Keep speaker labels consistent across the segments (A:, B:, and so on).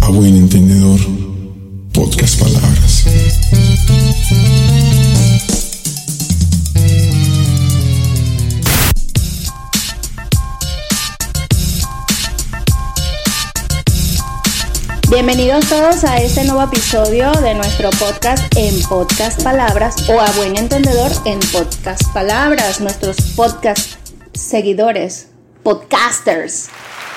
A: A buen entendedor, pocas palabras.
B: Bienvenidos todos a este nuevo episodio de nuestro podcast en Podcast Palabras o a buen entendedor en Podcast Palabras, nuestros podcast seguidores, podcasters.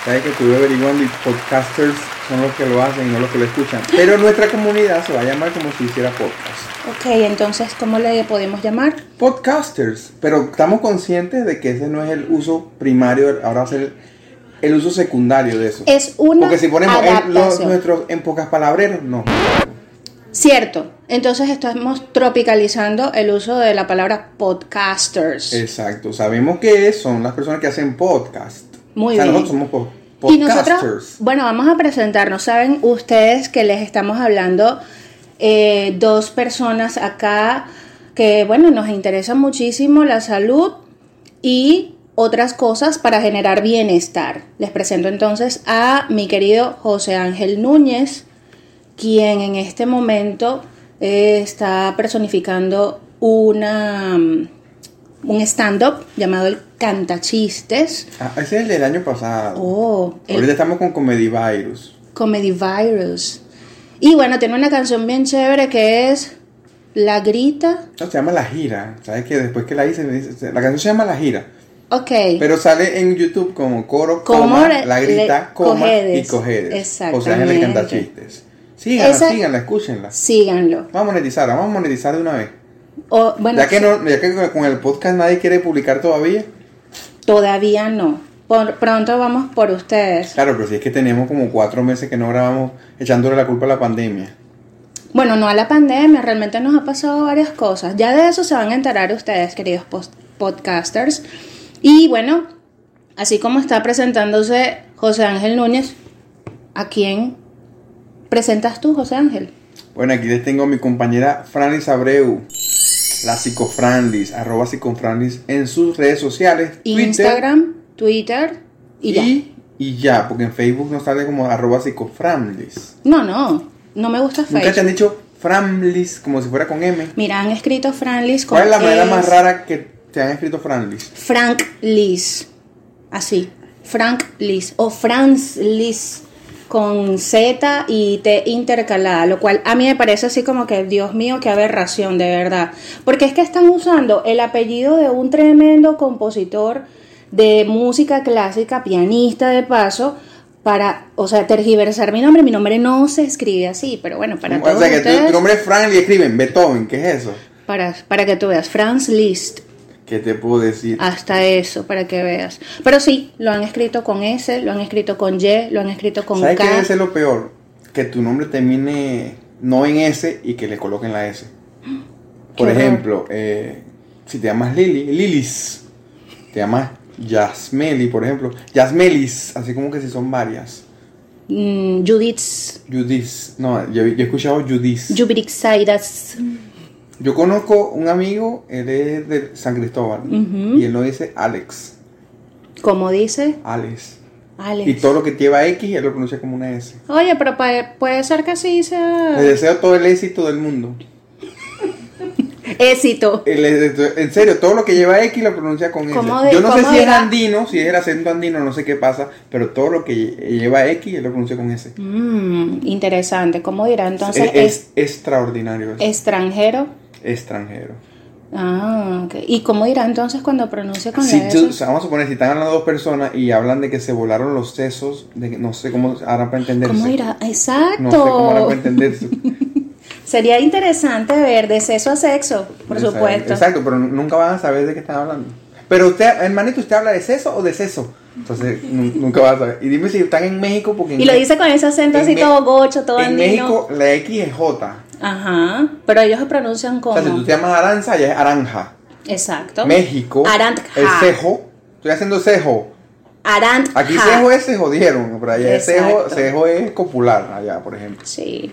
C: Sabes que estuve averiguando y podcasters son los que lo hacen y no los que lo escuchan. Pero nuestra comunidad se va a llamar como si hiciera podcast.
B: Ok, entonces, ¿cómo le podemos llamar?
C: Podcasters, pero estamos conscientes de que ese no es el uso primario, ahora va a ser el, el uso secundario de eso.
B: Es una
C: Porque si ponemos en, los-
B: adaptación.
C: nuestros en pocas palabreros, no.
B: Cierto. Entonces estamos tropicalizando el uso de la palabra podcasters.
C: Exacto, sabemos que son las personas que hacen podcast.
B: Muy
C: o sea,
B: bien.
C: nosotros somos po-
B: Y nosotros,
C: podcasters.
B: bueno, vamos a presentarnos. Saben ustedes que les estamos hablando eh, dos personas acá que, bueno, nos interesa muchísimo la salud y otras cosas para generar bienestar. Les presento entonces a mi querido José Ángel Núñez, quien en este momento eh, está personificando una, mm, un stand-up llamado el Cantachistes.
C: Ah, ese es el del año pasado.
B: Oh, el
C: Ahorita estamos con Comedy Virus.
B: Comedy Virus. Y bueno, tiene una canción bien chévere que es La Grita.
C: No, se llama La Gira. ¿Sabes que Después que la hice, me dice- la canción se llama La Gira.
B: Ok.
C: Pero sale en YouTube como coro,
B: Como
C: coma,
B: le-
C: la grita,
B: le-
C: coma
B: cojedes.
C: y cojedes.
B: Exactamente.
C: O sea, es el cantar chistes. Síganla,
B: Esa-
C: síganla, escúchenla.
B: Síganlo.
C: Vamos a monetizarla, vamos a monetizar de una vez.
B: O, bueno,
C: Ya que, no, ya que con el podcast nadie quiere publicar todavía.
B: todavía no. Por, pronto vamos por ustedes.
C: Claro, pero si es que tenemos como cuatro meses que no grabamos echándole la culpa a la pandemia.
B: Bueno, no a la pandemia, realmente nos ha pasado varias cosas. Ya de eso se van a enterar ustedes, queridos post- podcasters. Y bueno, así como está presentándose José Ángel Núñez, ¿a quién presentas tú, José Ángel?
C: Bueno, aquí les tengo a mi compañera Franis Abreu, la psicofrandis, arroba psicofrandis en sus redes sociales, Twitter
B: Instagram, Twitter y, ya.
C: y, y ya, porque en Facebook nos sale como arroba psicofrandis.
B: No, no, no me gusta
C: Nunca te
B: Facebook.
C: han dicho Framlis como si fuera con M.
B: Mira, han escrito Franlis con
C: ¿Cuál es la manera
B: S,
C: más rara que te han escrito Framlis?
B: Frank Liz. Así. Frank Liz. O Franz Liz. Con Z y T intercalada. Lo cual a mí me parece así como que, Dios mío, qué aberración, de verdad. Porque es que están usando el apellido de un tremendo compositor de música clásica, pianista de paso. Para, o sea, tergiversar mi nombre. Mi nombre no se escribe así, pero bueno, para todos
C: O sea, que tu- tu,
B: ustedes-
C: nombre es Frank y escriben Beethoven, ¿qué es eso?
B: Para, para que tú veas, Franz Liszt,
C: ¿Qué te puedo decir?
B: hasta eso, para que veas. Pero sí, lo han escrito con S, lo han escrito con Y, lo han escrito con
C: ¿Sabes qué debe
B: K.
C: ser lo peor? Que tu nombre termine no en S y que le coloquen la S. Por
B: Qué horror.
C: ejemplo, eh, si te llamas Lili, Lilis, te llamas Yasmeli, por ejemplo, Yasmelis, así como que si son varias.
B: Mm, Judith,
C: Judis, no, yo, yo he escuchado Judis.
B: Jubirixaidas.
C: Yo conozco un amigo, él es de San Cristóbal,
B: Ujú.
C: y él lo dice Alex,
B: Como dice
C: Alex. Y
B: Alex.
C: todo lo que lleva X, él lo pronuncia como una S.
B: Oye, pero pa- puede ser que sí sea
C: Le deseo todo el éxito del mundo.
B: éxito.
C: El- el- en serio, todo lo que lleva X lo pronuncia con S.
B: ¿Cómo de-
C: Yo no sé
B: cómo
C: si es
B: dirá?
C: andino, si es el acento andino, no sé qué pasa, pero todo lo que lleva X él lo pronuncia con S.
B: Mm, interesante. ¿Cómo dirá entonces?
C: es, es extraordinario. eso.
B: es- extranjero.
C: extranjero.
B: Ah, ok. ¿Y cómo dirá entonces cuando pronuncia con
C: Si
B: la
C: tú-
B: S?
C: o sea, vamos a suponer, si están hablando dos personas y hablan de que se volaron los sesos, de que no sé cómo harán para entenderse.
B: ¿Cómo dirá? Exacto.
C: No sé cómo harán para entenderse.
B: Sería interesante ver de sexo a sexo, por
C: Exacto,
B: supuesto.
C: Exacto, pero nunca van a saber de qué están hablando. Pero usted, hermanito, ¿usted habla de seso o de seso? Entonces, nu- nunca vas a saber. Y dime si están en México, porque en
B: Y lo
C: Me-
B: dice con ese acento
C: en
B: así
C: Me-
B: todo gocho, todo
C: En
B: andino.
C: México, la X es J.
B: Ajá. Pero ellos se pronuncian
C: O
B: como.
C: sea, si tú te llamas Aranza, ya es Aranja.
B: Exacto.
C: México,
B: Aranja.
C: es cejo. Estoy haciendo cejo.
B: Arantja.
C: Aquí cejo es cejo, dijeron. Pero allá es cejo,
B: Exacto.
C: cejo es copular, allá, por ejemplo.
B: Sí.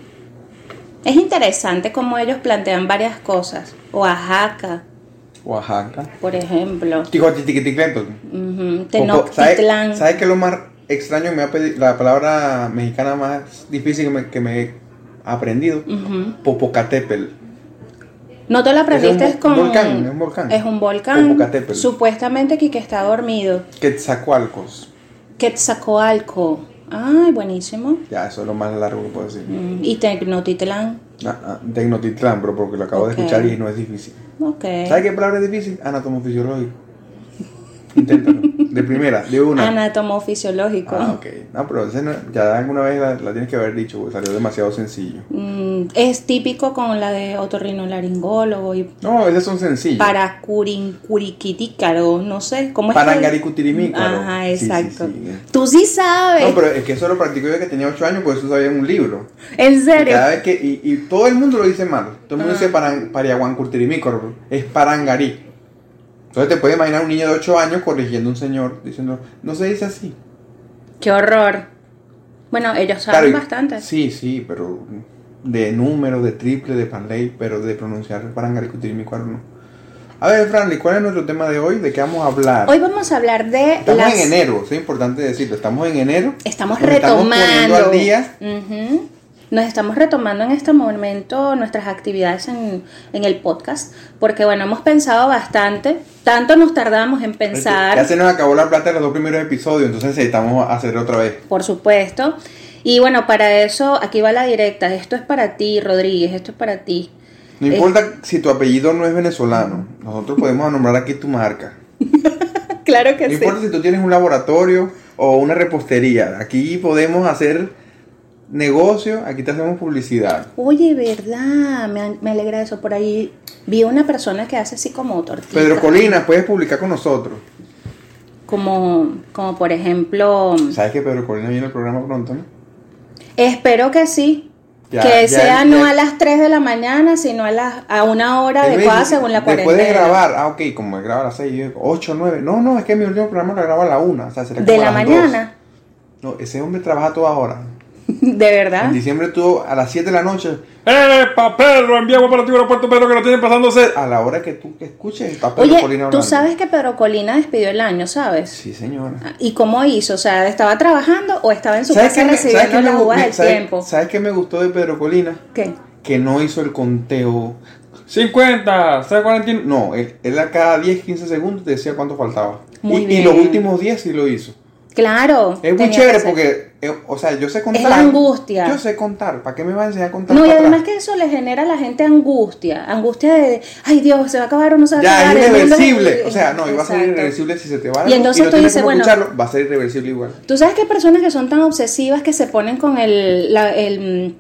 B: Es interesante cómo ellos plantean varias cosas. Oaxaca,
C: Oaxaca. pues.
B: por ejemplo.
C: Tico, tiqui, tiqui, Clinton.
B: Ujú,
C: Popo- ¿Sabes
B: Tenochtitlán.
C: sabes qué es lo más extraño que me ha pedido, la palabra mexicana más difícil que me, que me he aprendido,
B: Ujú.
C: Popocatépetl.
B: No te lo aprendiste
C: Es un
B: con...
C: vo- volcán, es un volcán.
B: Es un volcán.
C: Popocatépetl.
B: Supuestamente que, que está dormido.
C: Quetzacualcos.
B: Quetzacoalco. Ay, buenísimo.
C: Ya, eso es lo más largo que puedo decir.
B: Mm, Y Tecnotitlán.
C: Ah, ah, Tecnotitlán, pero porque lo acabo
B: Ok.
C: de escuchar y no es difícil.
B: Ok.
C: ¿Sabes qué palabra es difícil? Anatomofisiológico. Inténtalo. De primera, de una.
B: Anatomofisiológico.
C: Ah, ok. No, pero ese no- ya alguna vez la, la tienes que haber dicho, porque salió demasiado sencillo.
B: Mm, es típico con la de otorrinolaringólogo y
C: No, esas son sencillas.
B: paracurincuriquitícaro, no sé, ¿cómo es? que-
C: Parangaricutirimícaro.
B: Ajá,
C: Sí, sí,
B: exacto.
C: sí. eh.
B: Tú sí sabes.
C: No, pero es que eso lo practico yo que tenía 8 años, pues eso sabía en un libro.
B: en
C: Y
B: serio. Ah.
C: cada vez que, y, y todo el mundo lo dice mal. Todo el mundo dice paran, pariaguancurtirimícaro, es parangarí. Entonces te puedes imaginar un niño de 8 años corrigiendo a un señor diciendo, no se dice así.
B: Qué horror. Bueno, ellos
C: Claro,
B: saben
C: y-
B: bastante.
C: Sí, sí, pero de números, de triple, de panley, pero de pronunciar parangaricutirimícaro no. A ver, Franly, ¿cuál es nuestro tema de hoy? ¿De qué vamos a hablar?
B: Hoy vamos a hablar de
C: Estamos
B: las
C: en enero, eso es importante decirlo. Estamos en enero.
B: Estamos
C: Nos
B: retomando.
C: poniendo al día.
B: Ujú. Nos estamos retomando en este momento nuestras actividades en, en el podcast, porque bueno, hemos pensado bastante, tanto nos tardamos en pensar.
C: Ya se nos acabó la plata de los dos primeros episodios, entonces necesitamos hacer otra vez.
B: por supuesto. Y bueno, para eso, aquí va la directa. Esto es para ti, Rodríguez, esto es para ti.
C: No
B: Eh.
C: importa si tu apellido no es venezolano, nosotros podemos nombrar aquí tu marca.
B: Claro
C: No importa si tú tienes un laboratorio o una repostería, aquí podemos hacer negocio, aquí te hacemos publicidad.
B: Oye, verdad, me, me alegra eso. Por ahí vi una persona que hace así como tortitas.
C: Pedro Colinas, puedes publicar con nosotros.
B: Como, como por ejemplo,
C: ¿Sabes que Pedro Colinas viene al programa pronto? ¿no?
B: espero que sí.
C: Ya,
B: que
C: ya,
B: sea
C: ya.
B: no a las 3 de la mañana, sino a, las, a una hora
C: Él me
B: adecuada
C: dice,
B: según la cuarentena.
C: Después de grabar, ah, ok, como él graba a las 6, 8, 9. No, no, es que mi último programa lo graba a la 1. O sea, será como
B: De
C: a
B: la
C: las dos.
B: mañana,
C: No, ese hombre trabaja toda hora.
B: de verdad.
C: En diciembre estuvo a las 7 de la noche. ¡Epa, Pedro! Envía agua para ti, aeropuerto, Pedro, que lo tienen pasándose. A la hora que tú que escuches, está Pedro
B: Oye,
C: Colina
B: tú
C: hablando.
B: sabes que Pedro Colina despidió el año, ¿sabes?
C: Sí, señora.
B: ¿Y cómo hizo? O sea, ¿estaba trabajando o estaba en su casa
C: sabes
B: recibiendo
C: qué
B: las
C: gu-
B: uvas
C: me-
B: del
C: sabes-
B: tiempo?
C: ¿Sabes qué me gustó de Pedro Colina?
B: ¿Qué?
C: Que no hizo el conteo. 50, 49. No, él, él a cada 10, 15 segundos te decía cuánto faltaba.
B: Muy
C: y,
B: bien.
C: y los últimos 10 sí lo hizo.
B: Claro.
C: Es muy
B: tenía
C: chévere
B: que ser.
C: porque, eh, o sea, yo sé contar.
B: la angustia.
C: Yo sé contar. ¿Para qué me vas a enseñar a contar?
B: No, y
C: para
B: además
C: atrás?
B: que eso le genera a la gente angustia. Angustia de, ay Dios, se va a acabar o no se va a
C: Ya,
B: acabar.
C: es
B: el mundo es-
C: irreversible. O sea, no, iba a ser
B: Exacto.
C: irreversible si se te va
B: Y
C: algo
B: entonces
C: no
B: tú
C: tienes
B: dices,
C: cómo
B: bueno-
C: escucharlo, va a ser irreversible igual.
B: Tú sabes que hay personas que son tan obsesivas que se ponen con el, la- el,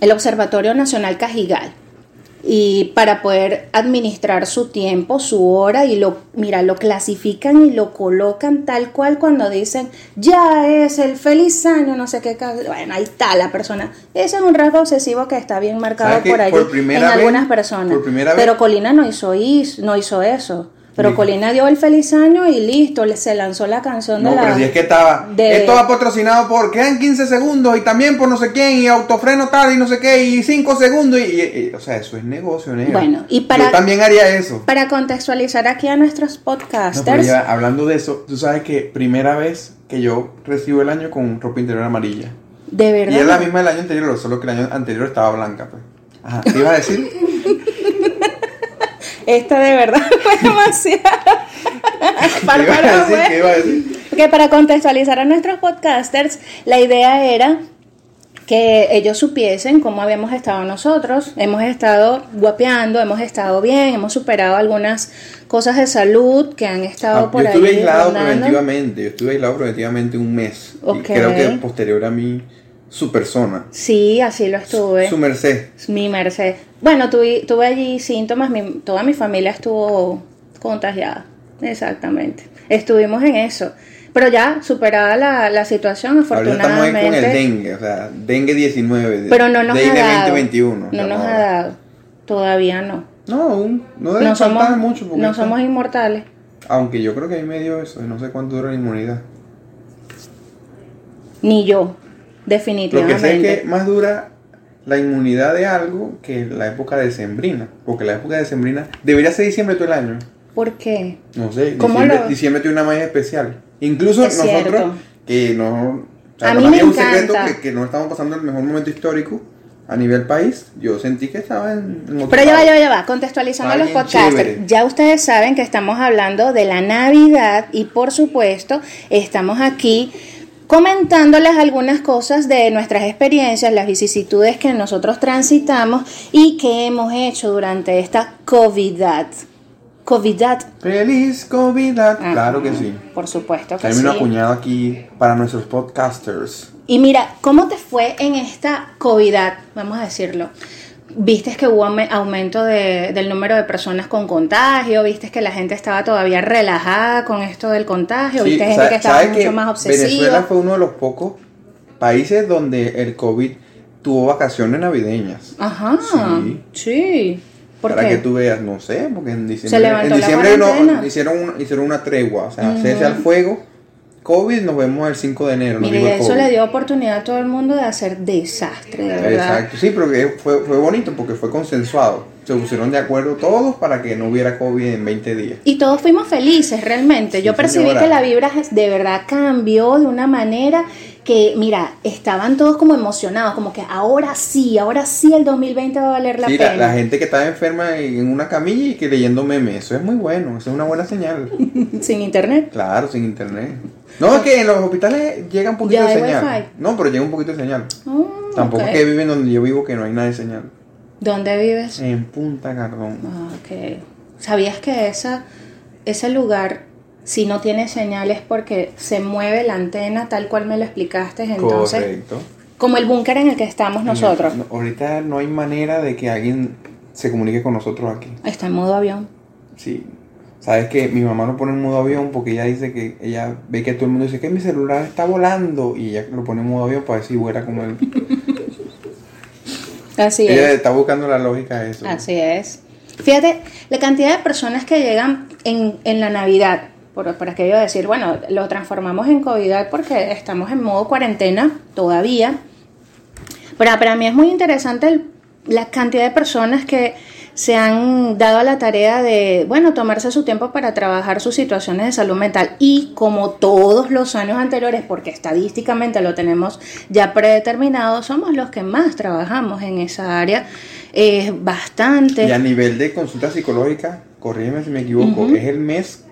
B: el Observatorio Nacional Cajigal. Y para poder administrar su tiempo, su hora, y lo, mira, lo clasifican y lo colocan tal cual cuando dicen, ya es el feliz año, no sé qué, ca- bueno, ahí está la persona. Ese es un rasgo obsesivo que está bien marcado
C: ¿Sabes qué?
B: por allí
C: Por primera
B: en
C: vez-
B: algunas personas.
C: por primera vez-
B: Pero Colina no hizo, is- no hizo eso. Pero
C: Listo.
B: Colina dio el feliz año y listo, le- se lanzó la canción
C: No,
B: de la...
C: pero si es que estaba.
B: de-
C: Esto va patrocinado por quedan 15 segundos y también por no sé quién y autofreno tal y no sé qué y 5 segundos. Y, y- y- o sea, eso es negocio, negro.
B: Bueno, y para-
C: Yo también haría eso.
B: Para contextualizar aquí a nuestros
C: No, pero
B: podcasters,
C: ya, hablando de eso, tú sabes que primera vez que yo recibo el año con ropa interior amarilla.
B: de verdad.
C: Y es la misma del año anterior, solo que el año anterior estaba blanca. Pues. Ajá, ¿qué ibas a decir?
B: Esta de verdad fue demasiado.
C: ¿Qué ibas
B: Bárbara,
C: a decir?
B: güey.
C: ¿Qué ibas a decir?
B: Porque para contextualizar a nuestros podcasters, la idea era que ellos supiesen cómo habíamos estado nosotros. Hemos estado guapeando, hemos estado bien, hemos superado algunas cosas de salud que han estado
C: Ah,
B: por
C: yo
B: ahí.
C: estuve aislado
B: rondando.
C: preventivamente, yo estuve aislado preventivamente un mes. Y
B: Ok.
C: creo que posterior a mí, su persona,
B: Sí, así lo estuve.
C: su merced.
B: Mi merced. Bueno, tuve, tuve allí síntomas, mi- toda mi familia estuvo contagiada. Exactamente. Estuvimos en eso. Pero ya, superada la, la situación,
C: Ahora estamos ahí
B: afortunadamente.
C: con el dengue, o sea, dengue 19. de-
B: pero no nos ha
C: dengue
B: dado.
C: 2021.
B: no nos
C: llamado.
B: ha dado. Todavía no.
C: No, aún, no debe
B: No somos,
C: faltar mucho. porque
B: no
C: esto-
B: somos inmortales.
C: Aunque yo creo que a mí me dio eso, no sé cuánto dura la inmunidad.
B: Ni yo.
C: Lo que sé es que
B: Definitivamente.
C: más dura la inmunidad de algo que la época de sembrina. Porque la época de sembrina debería ser diciembre todo el año.
B: ¿Por qué?
C: No sé,
B: ¿Cómo
C: diciembre,
B: lo-
C: diciembre tiene una magia especial. Incluso
B: Es
C: nosotros
B: cierto.
C: que no. o sea,
B: A
C: para
B: mí me
C: es un secreto
B: encanta.
C: que, que no estamos pasando el mejor momento histórico a nivel país. Yo sentí que estaba en. en otro
B: Pero ya va,
C: lado.
B: ya va, ya va. Contextualizando a
C: Está
B: los
C: bien
B: podcasters.
C: chévere.
B: Ya ustedes saben que estamos hablando de la Navidad y por supuesto estamos aquí comentándoles algunas cosas de nuestras experiencias, las vicisitudes que nosotros transitamos y que hemos hecho durante esta COVIDad. COVIDad.
C: Feliz COVID.
B: Ah,
C: claro que sí.
B: Por supuesto que
C: Hay
B: sí.
C: una cuñada aquí para nuestros podcasters.
B: Y mira, ¿cómo te fue en esta COVIDad? Vamos a decirlo. Viste que hubo aume- aumento de- del número de personas con contagio, viste que la gente estaba todavía relajada con esto del contagio, viste gente
C: sa-
B: que estaba
C: ¿sabe
B: mucho
C: que
B: más obsesiva.
C: Venezuela fue uno de los pocos países donde el COVID tuvo vacaciones navideñas.
B: Ajá. Sí.
C: Sí.
B: ¿Por
C: Para
B: qué?
C: que tú veas, no sé, porque en
B: Se
C: diciembre,
B: levantó
C: en
B: la
C: diciembre no-
B: cuarentena.
C: hicieron, un- hicieron una tregua, o sea, cese al fuego. COVID, nos vemos el 5 de enero. nos
B: Mira, y
C: dijo el
B: eso
C: COVID.
B: le dio oportunidad a todo el mundo de hacer desastre, de verdad.
C: Exacto, sí, pero que fue, fue bonito porque fue consensuado. Se pusieron de acuerdo todos para que no hubiera COVID en 20 días.
B: Y todos fuimos felices, realmente. Yo
C: Sí,
B: percibí
C: señora.
B: que la vibra de verdad cambió de una manera que, mira, estaban todos como emocionados, como que ahora sí, ahora sí el 2020 va a valer la
C: sí, la,
B: pena.
C: la gente que estaba enferma en una camilla y que leyendo memes, eso es muy bueno, eso es una buena señal.
B: Sin internet.
C: Claro, sin internet. No, es que en los hospitales llega un poquito
B: Ya
C: de
B: hay
C: señal.
B: wifi.
C: No, pero llega un poquito de señal.
B: Ah,
C: Tampoco
B: ok.
C: es que viven donde yo vivo que no hay nada de señal.
B: ¿Dónde vives?
C: En Punta Cardón.
B: Ah, ok. ¿Sabías que esa, ese lugar, si no tiene señales porque se mueve la antena, tal cual me lo explicaste, entonces,
C: Correcto.
B: como el búnker en el que estamos nosotros?
C: No, ahorita no hay manera de que alguien se comunique con nosotros aquí.
B: Está en modo avión.
C: Sí. Sabes que mi mamá lo pone en modo avión porque ella dice que ella ve que todo el mundo dice que mi celular está volando y ella lo pone en modo avión para ver si vuela como él.
B: Así es.
C: ella está buscando la lógica de eso.
B: Así es. Fíjate, la cantidad de personas que llegan en, en la Navidad, por, por aquello de decir, bueno, lo transformamos en COVID porque estamos en modo cuarentena todavía. Pero ah, para mí es muy interesante el- la cantidad de personas que se han dado a la tarea de, bueno, tomarse su tiempo para trabajar sus situaciones de salud mental. Y como todos los años anteriores, porque estadísticamente lo tenemos ya predeterminado, somos los que más trabajamos en esa área. Es bastante.
C: Y a nivel de consulta psicológica, corrígeme si me equivoco, es el mes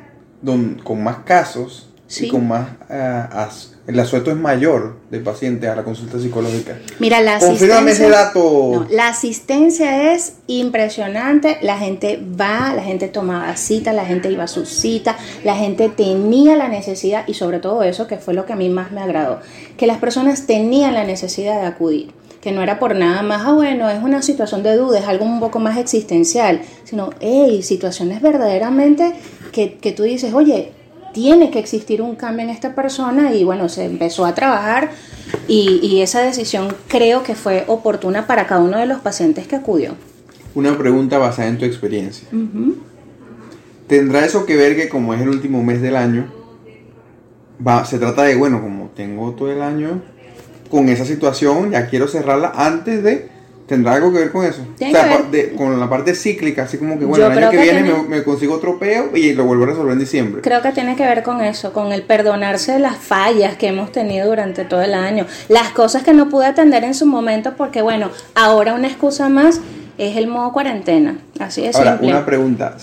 C: don- con más casos
B: Sí.
C: y con más... ah, as- el asueto es mayor de pacientes a la consulta psicológica.
B: Mira, la
C: Confírmame
B: asistencia,
C: ese dato.
B: No, la asistencia es impresionante. La gente va, la gente tomaba cita, la gente iba a su cita, la gente tenía la necesidad y sobre todo eso que fue lo que a mí más me agradó, que las personas tenían la necesidad de acudir, que no era por nada más, ah bueno, es una situación de duda, es algo un poco más existencial, sino, hey, situaciones verdaderamente que, que tú dices, oye, tiene que existir un cambio en esta persona y bueno, se empezó a trabajar y, y esa decisión creo que fue oportuna para cada uno de los pacientes que acudió.
C: Una pregunta basada en tu experiencia. ¿Tendrá eso que ver que como es el último mes del año, va, se trata de, bueno, como tengo todo el año con esa situación, ya quiero cerrarla antes de... ¿Tendrá algo que ver con eso?
B: Tiene que
C: pa- de- con la parte cíclica, así como que,
B: Yo
C: bueno, el
B: creo
C: año que,
B: que
C: viene
B: tiene-
C: me, me consigo otro peo y lo vuelvo a resolver en diciembre.
B: Creo que tiene que ver con eso, con el perdonarse de las fallas que hemos tenido durante todo el año, las cosas que no pude atender en su momento porque bueno, ahora una excusa más es el modo cuarentena, así de
C: Ahora,
B: simple.
C: una pregunta.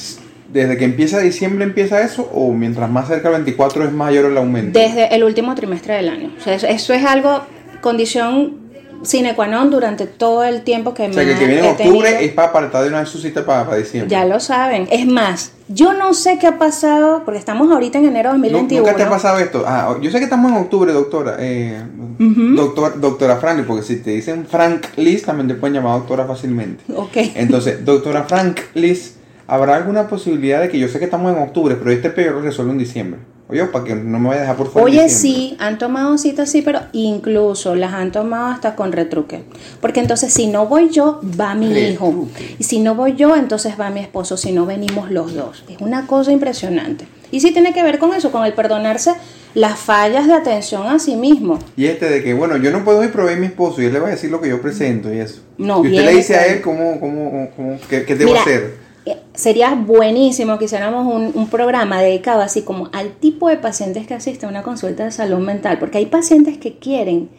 C: ¿Desde que empieza diciembre empieza eso o mientras más cerca el 24 es mayor el aumento?
B: Desde el último trimestre del año. O sea, eso, eso es algo, condición sine qua non durante todo el tiempo que
C: o sea, que
B: me
C: el que viene en
B: he
C: octubre
B: tenido.
C: es para apartar de una vez su cita para, para diciembre.
B: Ya lo saben. Es más, yo no sé qué ha pasado, porque estamos ahorita en enero de
C: ¿Nu-
B: 2021.
C: ¿Nunca te ha pasado esto? Ah, yo sé que estamos en octubre, doctora. eh, doctor, doctora Franklin, porque si te dicen Frank Liz, también te pueden llamar doctora fácilmente.
B: Ok.
C: Entonces, doctora Frank Liz, ¿habrá alguna posibilidad de que yo sé que estamos en octubre, pero este peor lo resuelvo en diciembre? Oye, para que no me vaya a dejar por fuera. en
B: Oye,
C: diciembre.
B: sí, han tomado citas, sí, pero incluso las han tomado hasta con retruque. Porque entonces, si no voy yo, va mi hijo.
C: Retruque.
B: Y si no voy yo, entonces va mi esposo. Si no venimos los dos. Es una cosa impresionante. Y sí tiene que ver con eso, con el perdonarse las fallas de atención a sí mismo.
C: Y este de que, bueno, yo no puedo ir, pero ve mi esposo y él le va a decir lo que yo presento y eso.
B: No,
C: y usted
B: bien,
C: le dice a
B: claro.
C: él cómo, cómo, cómo- qué, qué debo
B: Mira, eh,
C: hacer.
B: sería buenísimo que hiciéramos un, un, programa dedicado así como al tipo de pacientes que asisten a una consulta de salud mental, porque hay pacientes que quieren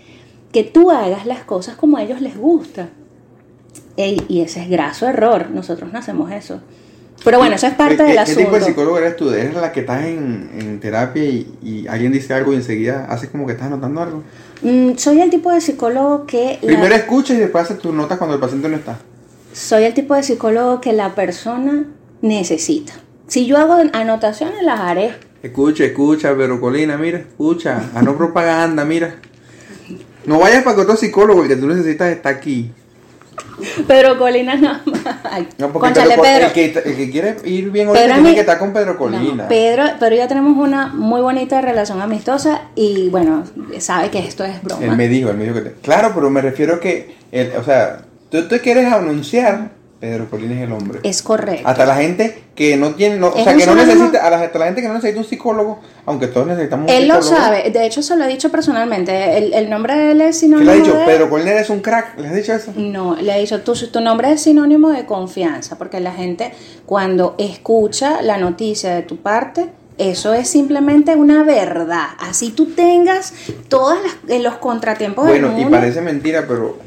B: que tú hagas las cosas como a ellos les gusta. Ey, y ese es graso error, nosotros no hacemos eso. Pero bueno, eso es parte
C: ¿Qué,
B: del
C: ¿qué
B: asunto.
C: tipo de psicólogo eres tú? ¿Eres la que estás en, en terapia y, y alguien dice algo y enseguida haces como que estás anotando algo?
B: Mm, soy el tipo de psicólogo que... la-
C: Primero escuchas y después haces tus notas cuando el paciente no está.
B: soy el tipo de psicólogo que la persona necesita. Si yo hago anotaciones, las haré.
C: Escucha, escucha, pero Colina, mira, escucha. A no propaganda, mira. No vayas para que otro psicólogo, el que tú necesitas está aquí.
B: Pedro Colina nada más. Ay,
C: No, porque
B: cónchale,
C: Pedro-
B: Pedro.
C: El, que, el que quiere ir bien
B: Pedro
C: ahorita
B: a
C: tiene
B: mí-
C: que estar con Pedro Colina.
B: No, Pedro, pero ya tenemos una muy bonita relación amistosa y bueno, sabe que esto es broma.
C: Él me dijo, él me dijo que te- Claro, pero me refiero que, él- o sea, tú te quieres anunciar, Pedro Colina es el hombre.
B: Es correcto.
C: Hasta la gente que no tiene, no- o
B: Es
C: sea,
B: un
C: que no
B: ser humano.
C: necesita, a la, hasta la gente que no necesita un psicólogo, aunque todos necesitamos un
B: él lo
C: psicólogo.
B: sabe, de hecho se lo he dicho personalmente. El, el nombre de él es
C: ¿Qué
B: sinónimo
C: le has dicho?
B: de...
C: Pedro Colina es un crack, ¿le has dicho eso?
B: No, le he dicho, tu, tu nombre es sinónimo de confianza, porque la gente cuando escucha la noticia de tu parte, eso es simplemente una verdad. Así tú tengas todos los contratiempos del
C: Bueno, y
B: mundo.
C: parece mentira, pero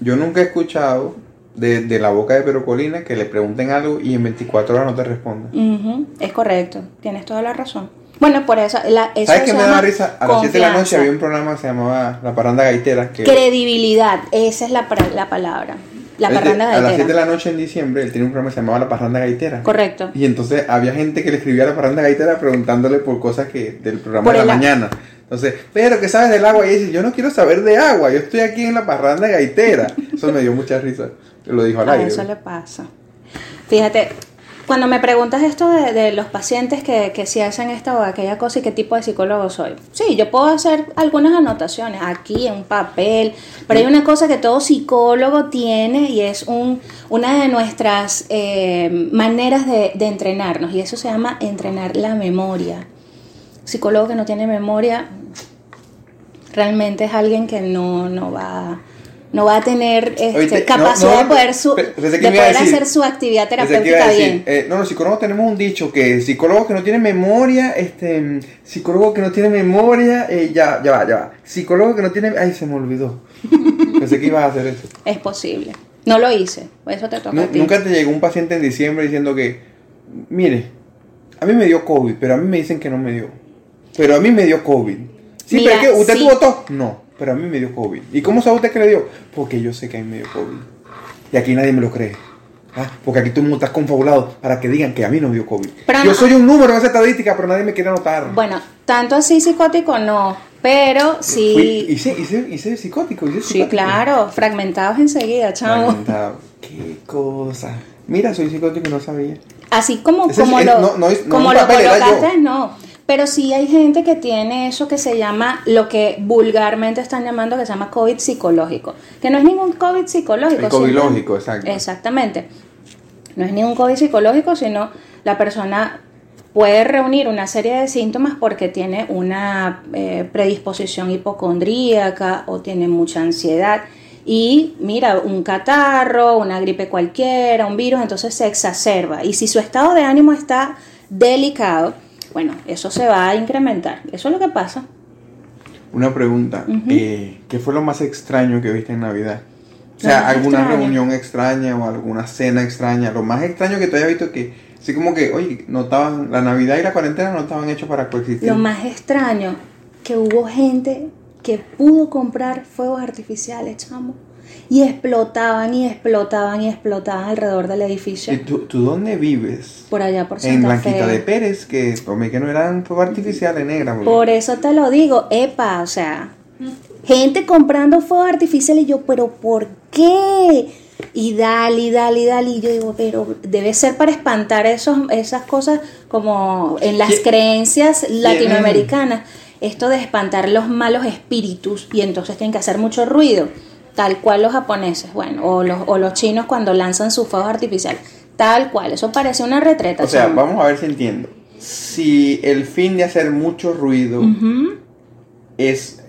C: yo nunca he escuchado de, de la boca de Pedro Colina que le pregunten algo y en 24 horas no te respondan.
B: Ujú, es correcto, tienes toda la razón. Bueno, por eso... La, eso
C: ¿Sabes qué
B: se
C: me daba
B: llama
C: risa? A las 7 de la noche
B: confianza.
C: había un programa que se llamaba La Parranda Gaitera. Que
B: Credibilidad, esa es la, pra- la palabra. La
C: él te-
B: parranda
C: A las 7
B: gaitera.
C: de la noche en diciembre él tenía un programa que se llamaba La Parranda Gaitera.
B: Correcto.
C: Y entonces había gente que le escribía a la parranda gaitera preguntándole por cosas que del programa
B: Por
C: de la
B: el agua.
C: mañana. Entonces, pero que sabes del agua? Y dice, yo no quiero saber de agua, yo estoy aquí en la parranda gaitera. Eso me dio mucha risa. Lo dijo al
B: A
C: aire.
B: Ah, eso le pasa. Fíjate, cuando me preguntas esto de, de los pacientes que, que si hacen esta o aquella cosa y qué tipo de psicólogo soy. Sí, yo puedo hacer algunas anotaciones aquí en un papel, pero hay una cosa que todo psicólogo tiene y es un, una de nuestras eh, maneras de, de entrenarnos y eso se llama entrenar la memoria. Psicólogo que no tiene memoria realmente es alguien que no, no va no va a tener este,
C: Oíste, no,
B: capacidad
C: no,
B: de poder, su-
C: pe- pensé que
B: de
C: me iba a
B: poder
C: decir-
B: hacer su actividad
C: Pensé que iba
B: terapéutica
C: a decir,
B: bien.
C: eh, no, los psicólogos tenemos un dicho que psicólogos que no tienen memoria, este, mm, psicólogo que no tiene memoria, eh, ya, ya va, ya va. Psicólogo que no tiene, ay, se me olvidó. Pensé que ibas a hacer eso.
B: Es posible. No lo hice. Eso te toca
C: Nu-
B: a ti.
C: Nunca te llegó un paciente en diciembre diciendo que, mire, a mí me dio COVID, pero a mí me dicen que no me dio. Pero a mí me dio COVID. Sí,
B: Mira,
C: pero es que usted
B: sí.
C: tuvo tos. No, pero a mí me dio COVID. ¿Y cómo sabe usted que le dio? Porque yo sé que a mí me dio COVID. Y aquí nadie me lo cree. Ah, porque aquí todo el mundo está confabulado para que digan que a mí no me dio COVID.
B: Pero
C: yo
B: no-
C: soy un número en esa estadística, pero nadie me quiere anotar.
B: Bueno, tanto así psicótico no, pero
C: Fui-
B: sí.
C: hice, hice, hice psicótico. Hice
B: Sí,
C: psicótico.
B: claro. Fragmentados enseguida, chamo.
C: Lamentable. Qué cosa. Mira, soy psicótico y no sabía.
B: Así como,
C: Ese es-
B: como
C: es-
B: lo,
C: no- no es- no
B: como
C: un
B: lo
C: papel, era yo.
B: colocaste, no. Pero sí hay gente que tiene eso que se llama, lo que vulgarmente están llamando, que se llama COVID psicológico. Que no es ningún COVID psicológico.
C: El COVID
B: sino-
C: lógico, exacto.
B: Exactamente. No es ningún COVID psicológico, sino la persona puede reunir una serie de síntomas porque tiene una eh, predisposición hipocondríaca o tiene mucha ansiedad. Y mira, un catarro, una gripe cualquiera, un virus, entonces se exacerba. Y si su estado de ánimo está delicado, bueno, eso se va a incrementar. Eso es lo que pasa.
C: Una pregunta.
B: Ujú.
C: eh, ¿Qué fue lo más extraño que viste en Navidad? O sea,
B: Lo más
C: alguna
B: extraño.
C: reunión extraña o alguna cena extraña. Lo más extraño que tú hayas visto que, así como que, oye, no estaban, la Navidad y la cuarentena no estaban hechos para coexistir.
B: Lo más extraño, que hubo gente que pudo comprar fuegos artificiales, chamo. Y explotaban y explotaban y explotaban alrededor del edificio.
C: ¿Y tú, tú dónde vives?
B: Por allá, por
C: En
B: Santa
C: Blanquita de
B: Fe.
C: Pérez, que tomé que no eran fuegos artificiales negras. porque-
B: Por eso te lo digo, epa, o sea, gente comprando fuegos artificiales y yo, pero ¿por qué? Y dale, y dale, y dale, y yo digo, pero debe ser para espantar esos, esas cosas como en las
C: Tie-
B: creencias latinoamericanas, esto de espantar los malos espíritus y entonces tienen que hacer mucho ruido, tal cual los japoneses, bueno, o los, o los chinos cuando lanzan sus fuegos artificiales, tal cual, eso parece una retreta.
C: O sea,
B: chamo.
C: vamos a ver si entiendo. Si el fin de hacer mucho ruido
B: Ujú,
C: es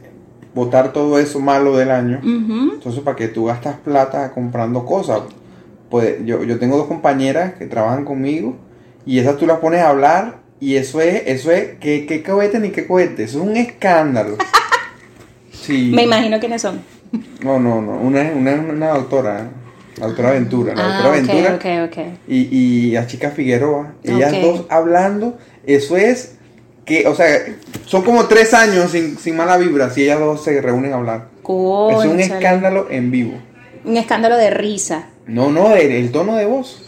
C: botar todo eso malo del año,
B: ujú.
C: Entonces, ¿para qué tú gastas plata comprando cosas? puede- yo, yo tengo dos compañeras que trabajan conmigo y esas tú las pones a hablar y eso es, eso es, ¿qué, qué cohete ni qué cohete? Eso es un escándalo. Sí.
B: Me imagino quiénes son.
C: No, no, no, una es una, es una doctora, la doctora Ventura, la doctora
B: ah, ok,
C: Ventura
B: ok, ok.
C: y, y la chica Figueroa, ellas
B: Ok.
C: dos hablando, eso es que, o sea, son como tres años sin, sin mala vibra si ellas dos se reúnen a hablar. es un
B: Cónchale.
C: escándalo en vivo.
B: Un escándalo de risa.
C: No, no, el, el tono de voz.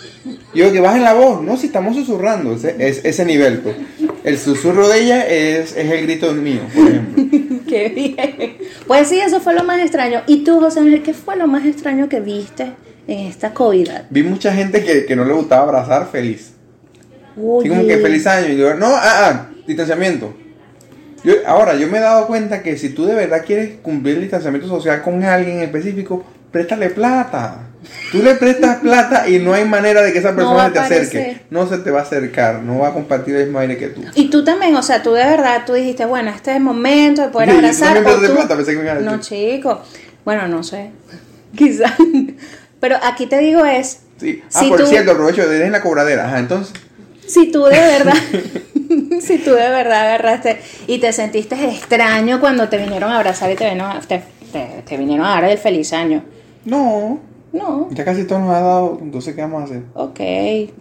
C: Yo que bajen la voz, no, si estamos susurrando, ese, es, ese nivel. pues. El susurro de ella es, es el grito mío, por ejemplo.
B: Qué bien. Pues sí, eso fue lo más extraño. ¿Y tú, José Ángel, qué fue lo más extraño que viste en esta COVID?
C: Vi mucha gente que, que no le gustaba abrazar feliz. Así
B: Oye.
C: como que feliz año. Y yo, no, ah, ah, distanciamiento. Yo- ahora, yo me he dado cuenta que si tú de verdad quieres cumplir el distanciamiento social con alguien en específico, préstale plata. Tú le prestas plata y no hay manera de que esa
B: No
C: persona
B: va a
C: se te acerque.
B: aparecer.
C: No se te va a acercar, no va a compartir el mismo aire que tú.
B: Y tú también, o sea, tú de verdad, tú dijiste, bueno, este es el momento de poder
C: Sí,
B: abrazar.
C: no
B: o
C: me empezaste
B: tú-
C: plata, pensé que me ibas a
B: No,
C: decir.
B: chico. Bueno, no sé. Quizás. Pero aquí te digo es,
C: Sí. Ah,
B: Si
C: por
B: tú-
C: cierto, aprovecho, en la cobradera. Ajá, entonces.
B: si tú de verdad, si tú de verdad agarraste y te sentiste extraño cuando te vinieron a abrazar y te vinieron a, te, te- te vinieron a dar el feliz año.
C: No,
B: No.
C: ya casi todo nos ha dado, entonces ¿qué vamos a hacer?
B: Ok.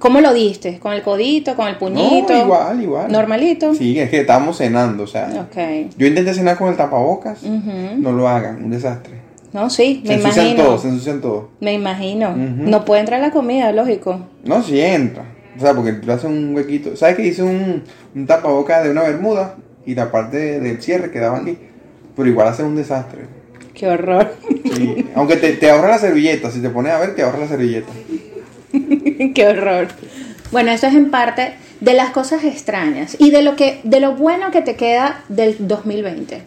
B: ¿Cómo lo diste? ¿Con el codito? ¿Con el puñito?
C: No, igual, igual.
B: ¿Normalito?
C: Sí, es que estábamos cenando, o sea.
B: Ok.
C: Yo intenté cenar con el tapabocas,
B: Ujú.
C: no lo hagan, un desastre.
B: No, sí,
C: se
B: me
C: ensucian
B: imagino.
C: todo, se ensucian todo.
B: Me imagino.
C: Ujú.
B: No puede entrar la comida, lógico.
C: No, si entra. O sea, porque tú le haces un huequito. ¿Sabes que hice un, un tapabocas de una bermuda y la parte del cierre quedaba aquí? Pero igual hace un desastre.
B: Qué horror.
C: Sí. Aunque te, te ahorra la servilleta, si te pones a ver, te ahorra la servilleta.
B: Qué horror. Bueno, esto es en parte de las cosas extrañas y de lo que de lo bueno que te queda del 2020.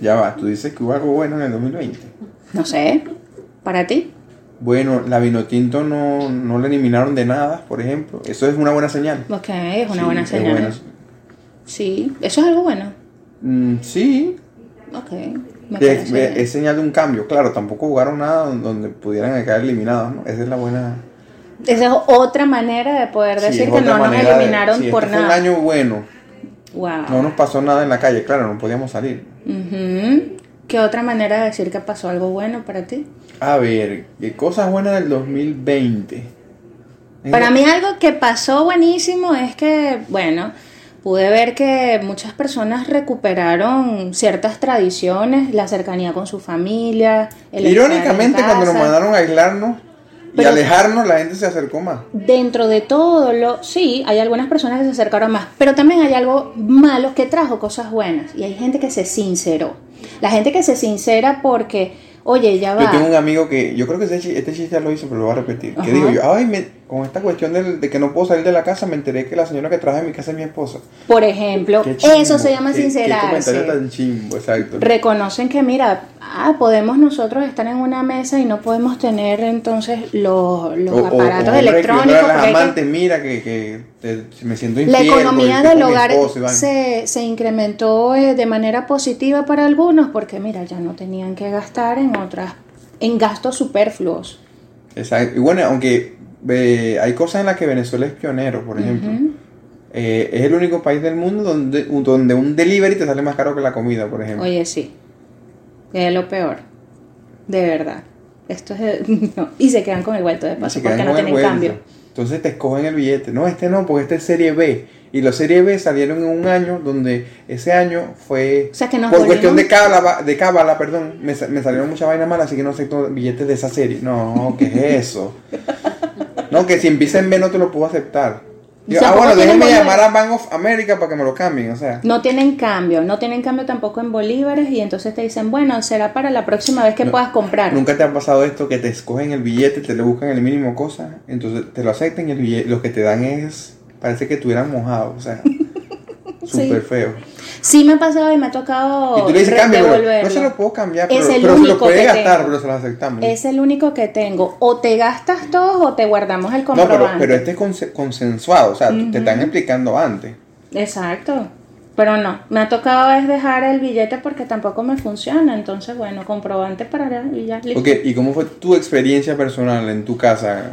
C: Ya va, tú dices que hubo algo bueno en el 2020.
B: No sé, para ti.
C: Bueno, la Vinotinto no, no la eliminaron de nada, por ejemplo. Eso es una buena señal.
B: Ok, es una
C: Sí,
B: buena
C: es
B: señal.
C: buena.
B: Sí, eso es algo bueno.
C: Mm, sí,
B: Ok, me
C: es,
B: parece bien.
C: es señal de un cambio. Claro, tampoco jugaron nada donde pudieran quedar eliminados, ¿no? Esa es la buena...
B: Esa es otra manera de poder
C: Sí,
B: decir
C: es
B: que
C: otra
B: no nos
C: manera de-
B: eliminaron
C: sí,
B: por
C: este
B: nada.
C: Fue un año bueno.
B: Wow.
C: No nos pasó nada en la calle, claro, no podíamos salir.
B: Ujú. ¿Qué otra manera de decir que pasó algo bueno para ti?
C: A ver, ¿qué cosas buenas del 2020? Eh,
B: Para mí algo que pasó buenísimo es que, bueno, pude ver que muchas personas recuperaron ciertas tradiciones, la cercanía con su familia. el estar en
C: Irónicamente,
B: casa.
C: cuando nos mandaron a aislarnos y
B: Pero-
C: alejarnos, la gente se acercó más.
B: Dentro de todo lo... Sí, hay algunas personas que se acercaron más, pero también hay algo malo que trajo cosas buenas y hay gente que se sinceró. La gente que se sincera porque, oye, ya va...
C: Yo tengo un amigo que, yo creo que ese chi- este chiste ya lo hizo, pero lo voy a repetir.
B: Ajá.
C: Que digo yo, ay, me- con esta cuestión del- de que no puedo salir de la casa, me enteré que la señora que traje en mi casa es mi esposa.
B: Por ejemplo,
C: Qué chimbo,
B: eso se llama
C: qué- Qué
B: sincerarse.
C: comentario tan chimbo, exacto.
B: reconocen que mira, ah, podemos nosotros estar en una mesa y no podemos tener entonces los, los
C: O- o-
B: aparatos
C: o hombre que
B: electrónicos.
C: viola a
B: porque
C: las
B: hay que-
C: amantes, mira que, que te- me siento
B: la
C: infiel.
B: economía
C: porque
B: del
C: con mi
B: hogar
C: esposo y vaina.
B: se, se incrementó eh, de manera positiva para algunos porque mira, ya no tenían que gastar en otras, en gastos superfluos.
C: Exacto. Y bueno, aunque eh, hay cosas en las que Venezuela es pionero, por ejemplo. Eh, es el único país del mundo donde, donde un delivery te sale más caro que la comida, por ejemplo.
B: Oye, sí, es lo peor, de verdad. Esto es, no. Y se quedan con el vuelto de
C: Y
B: paso
C: se
B: porque
C: quedan
B: no
C: con el
B: tienen
C: vuelto.
B: cambio.
C: Entonces te escogen el billete. No, este no, porque este es Serie B. Y los Serie B salieron en un año donde ese año fue...
B: O sea, que nos
C: por cuestión
B: volvimos-
C: de cábala, de cábala, perdón, me, sa- me salieron muchas vainas malas, así que no acepto billetes de esa serie. No, ¿qué es eso? No, que si empieza en B no te lo puedo aceptar. Yo,
B: O sea,
C: ah, bueno,
B: ¿cómo tienen
C: déjenme
B: bolívares?
C: llamar a Bank of America para que me lo cambien, o sea.
B: No tienen cambio, no tienen cambio tampoco en bolívares y entonces te dicen, bueno, será para la próxima vez que
C: No,
B: puedas comprar.
C: ¿Nunca te ha pasado esto que te escogen el billete, te le buscan el mínimo cosa? Entonces te lo aceptan y el billete, lo que te dan es. Parece que estuvieran mojado, o sea. Súper feo.
B: Sí me ha pasado y me ha tocado
C: Y tú le dices,
B: re-
C: cámbiamelo. No
B: devolverlo.
C: se lo puedo cambiar,
B: Oh, Es
C: pero,
B: el
C: pero se lo
B: único
C: puede
B: que
C: gastar,
B: tengo.
C: pero se lo aceptamos.
B: Es el único que tengo. O te gastas todos o te guardamos el
C: No,
B: comprobante.
C: pero, pero este es conse- consensuado, o sea, tú- te están explicando antes.
B: Exacto. Pero no, me ha tocado es dejar el billete porque tampoco me funciona. Entonces, bueno, comprobante para allá y ya. listo.
C: Ok, ¿y cómo fue tu experiencia personal en tu casa?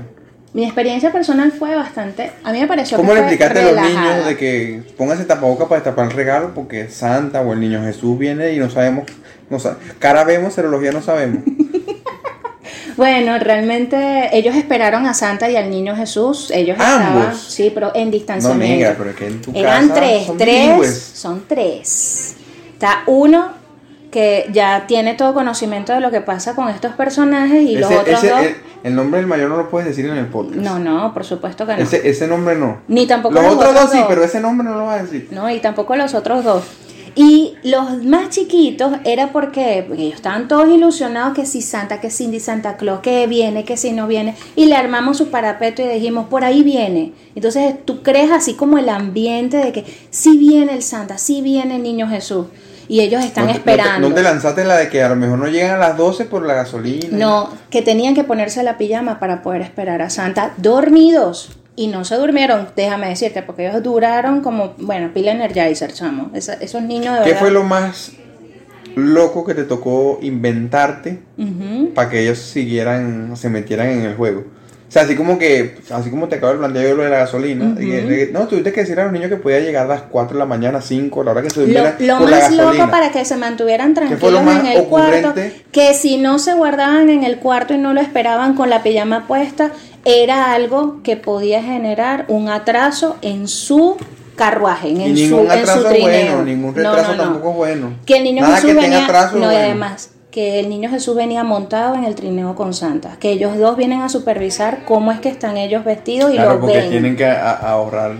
B: Mi experiencia personal fue bastante. A mí me pareció
C: ¿Cómo
B: que
C: le
B: fue
C: explicaste a los
B: relajada.
C: niños de que pónganse tapabocas para destapar el regalo porque Santa o el niño Jesús viene y no sabemos, no sa- cara vemos, serología no sabemos?
B: Bueno, realmente ellos esperaron a Santa y al niño Jesús. Ellos estaban,
C: Ambos.
B: sí, pero en
C: no
B: distanciamiento.
C: negra, pero es que en tu
B: Eran
C: casa
B: tres,
C: son
B: tres,
C: bilingües.
B: son tres. Está uno que ya tiene todo conocimiento de lo que pasa con estos personajes y los
C: Ese-
B: otros
C: ese-
B: dos.
C: el, el nombre del mayor no lo puedes decir en el podcast.
B: No, no, por supuesto que no.
C: Ese, ese nombre no.
B: Ni tampoco
C: Los
B: los
C: otros
B: otros
C: dos sí,
B: dos.
C: pero ese nombre no lo vas a decir.
B: No, y tampoco los otros dos. Y los más chiquitos era porque, porque ellos estaban todos ilusionados que si Santa, que Cindy Santa Claus, que viene, que si no viene. Y le armamos su parapeto y dijimos, por ahí viene. Entonces tú crees así como el ambiente de que si viene el Santa, si viene el niño Jesús. Y ellos están
C: No te- no te-
B: esperando.
C: No te, lanzaste la de que a lo mejor no llegan a las 12 por la gasolina.
B: No, que tenían que ponerse la pijama para poder esperar a Santa dormidos. Y no se durmieron, déjame decirte, porque ellos duraron como, bueno, pila energizer, chamo. Esa- esos niños de
C: ¿Qué
B: verdad.
C: fue lo más loco que te tocó inventarte
B: Ujú.
C: para que ellos siguieran, se metieran en el juego? O sea, así como que, así como te acabo de plantear yo lo de la gasolina, y de- no, tuviste que decir a los niños que podía llegar a las 4 de la mañana, 5, la hora que se durmieran
B: Lo, lo
C: por la
B: más
C: gasolina.
B: loco para que se mantuvieran
C: fue lo
B: tranquilos
C: más
B: en el cuarto,
C: ocurrente?
B: que si no se guardaban en el cuarto y no lo esperaban con la pijama puesta, era algo que podía generar un atraso en su carruaje, en,
C: Y
B: su,
C: ningún
B: en su
C: atraso es
B: trineo.
C: bueno, ningún
B: No, no,
C: retraso
B: no.
C: tampoco es bueno.
B: Que el niño
C: Nada
B: Jesús
C: que tenga
B: venía,
C: atraso es
B: no, y
C: bueno.
B: además, que el niño Jesús venía montado en el trineo con Santa, que ellos dos vienen a supervisar cómo es que están ellos vestidos y
C: Claro,
B: los
C: porque
B: ven.
C: tienen que a- a- ahorrar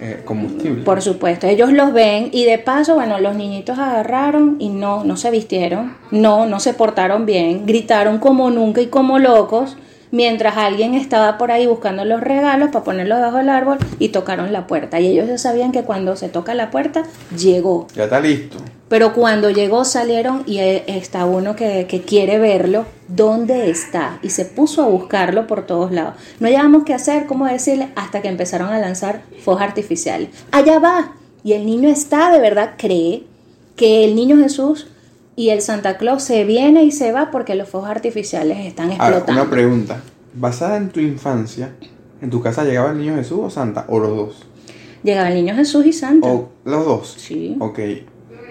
C: eh, combustible.
B: Por supuesto, ellos los ven y de paso, bueno, los niñitos agarraron y no, no se vistieron, no, no se portaron bien, gritaron como nunca y como locos, mientras alguien estaba por ahí buscando los regalos para ponerlos bajo el árbol y tocaron la puerta. Y ellos ya sabían que cuando se toca la puerta, llegó.
C: Ya está listo.
B: Pero cuando llegó salieron y eh, está uno que, que quiere verlo, ¿dónde está? Y se puso a buscarlo por todos lados. No hallábamos qué hacer, cómo decirle, hasta que empezaron a lanzar fojos artificiales. Allá va. Y el niño está, de verdad, cree que el niño Jesús y el Santa Claus se viene y se va porque los fojos artificiales están
C: Ahora,
B: explotando.
C: Ah, una pregunta. Basada en tu infancia, ¿en tu casa llegaba el niño Jesús o Santa? ¿O los dos?
B: Llegaba el niño Jesús y Santa.
C: ¿O los dos?
B: Sí.
C: Ok.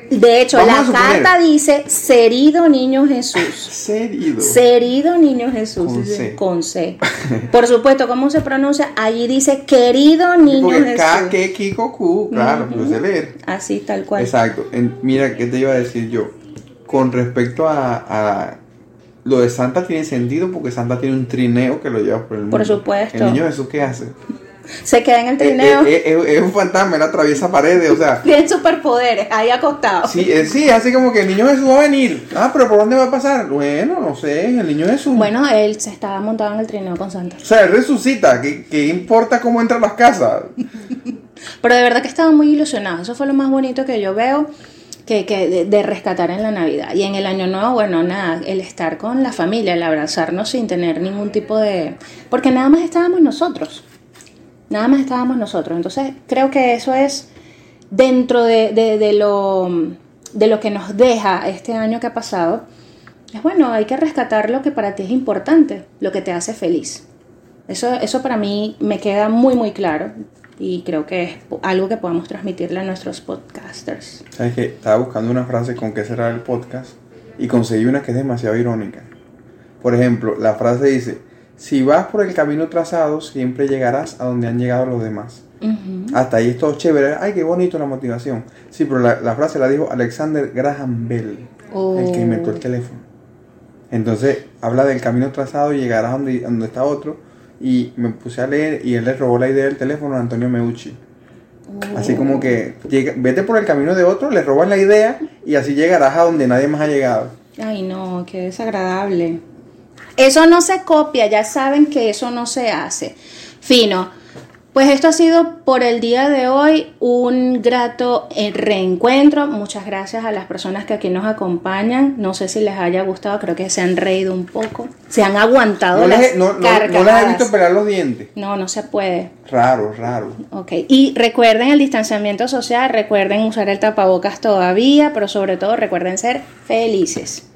B: De hecho,
C: Vamos
B: la
C: a suponer.
B: carta dice, serido niño Jesús.
C: Serido.
B: Querido niño Jesús,
C: Con
B: dice,
C: C.
B: con C. Por supuesto, ¿cómo se pronuncia? Allí dice querido niño
C: Porque K,
B: Jesús.
C: K, Kiko, Q. Claro,
B: Ujú.
C: yo sé leer.
B: Así, tal cual.
C: Exacto. En- mira, ¿qué te iba a decir yo? Con respecto a, a lo de Santa tiene sentido porque Santa tiene un trineo que lo lleva por el mundo.
B: Por supuesto.
C: ¿El niño Jesús qué hace?
B: Se queda en el
C: Eh,
B: trineo,
C: eh, eh, es un fantasma, él atraviesa paredes, o sea.
B: tiene superpoderes, ahí acostado.
C: Sí, eh, sí, así como que el niño Jesús va a venir. Ah, pero ¿por dónde va a pasar? Bueno, no sé, el niño Jesús.
B: Bueno, él se estaba montado en el trineo con Santa.
C: O sea, él resucita, ¿qué, qué importa cómo entra a las casas?
B: Pero de verdad que estaban muy ilusionados. Eso fue lo más bonito que yo veo que, que de, de rescatar en la Navidad. Y en el Año Nuevo, bueno, nada, el estar con la familia, el abrazarnos sin tener ningún tipo de... Porque nada más estábamos nosotros. Nada más estábamos nosotros. Entonces creo que eso es dentro de, de- de lo, de lo que nos deja este año que ha pasado. Es bueno, hay que rescatar lo que para ti es importante, lo que te hace feliz. Eso, eso para mí me queda muy, muy claro y creo que es po- algo que podamos transmitirle a nuestros podcasters.
C: ¿Sabes qué? Estaba buscando una frase con qué cerrar el podcast y conseguí una que es demasiado irónica. Por ejemplo, la frase dice, si vas por el camino trazado, siempre llegarás a donde han llegado los demás. Hasta ahí es todo chévere. Ay, qué bonito la motivación. Sí, pero la, la frase la dijo Alexander Graham Bell,
B: Oh.
C: el que inventó el teléfono. Entonces, habla del camino trazado y llegarás donde, donde está otro. Y me puse a leer y él le robó la idea del teléfono a Antonio Meucci. Así como que llega- vete por el camino de otro, le robas la idea y así llegarás a donde nadie más ha llegado.
B: Ay, no, qué desagradable. Eso no se copia, ya saben que eso no se hace. Fino, Pues esto ha sido por el día de hoy un grato eh, reencuentro. Muchas gracias a las personas que aquí nos acompañan. No sé si les haya gustado, creo que se han reído un poco. Se han aguantado
C: No
B: las
C: les, he- no, no- no les he
B: carcajadas.
C: visto pelar los dientes.
B: No, no se puede.
C: Raro, raro.
B: Ok. Y recuerden el distanciamiento social, recuerden usar el tapabocas todavía, pero sobre todo recuerden ser felices.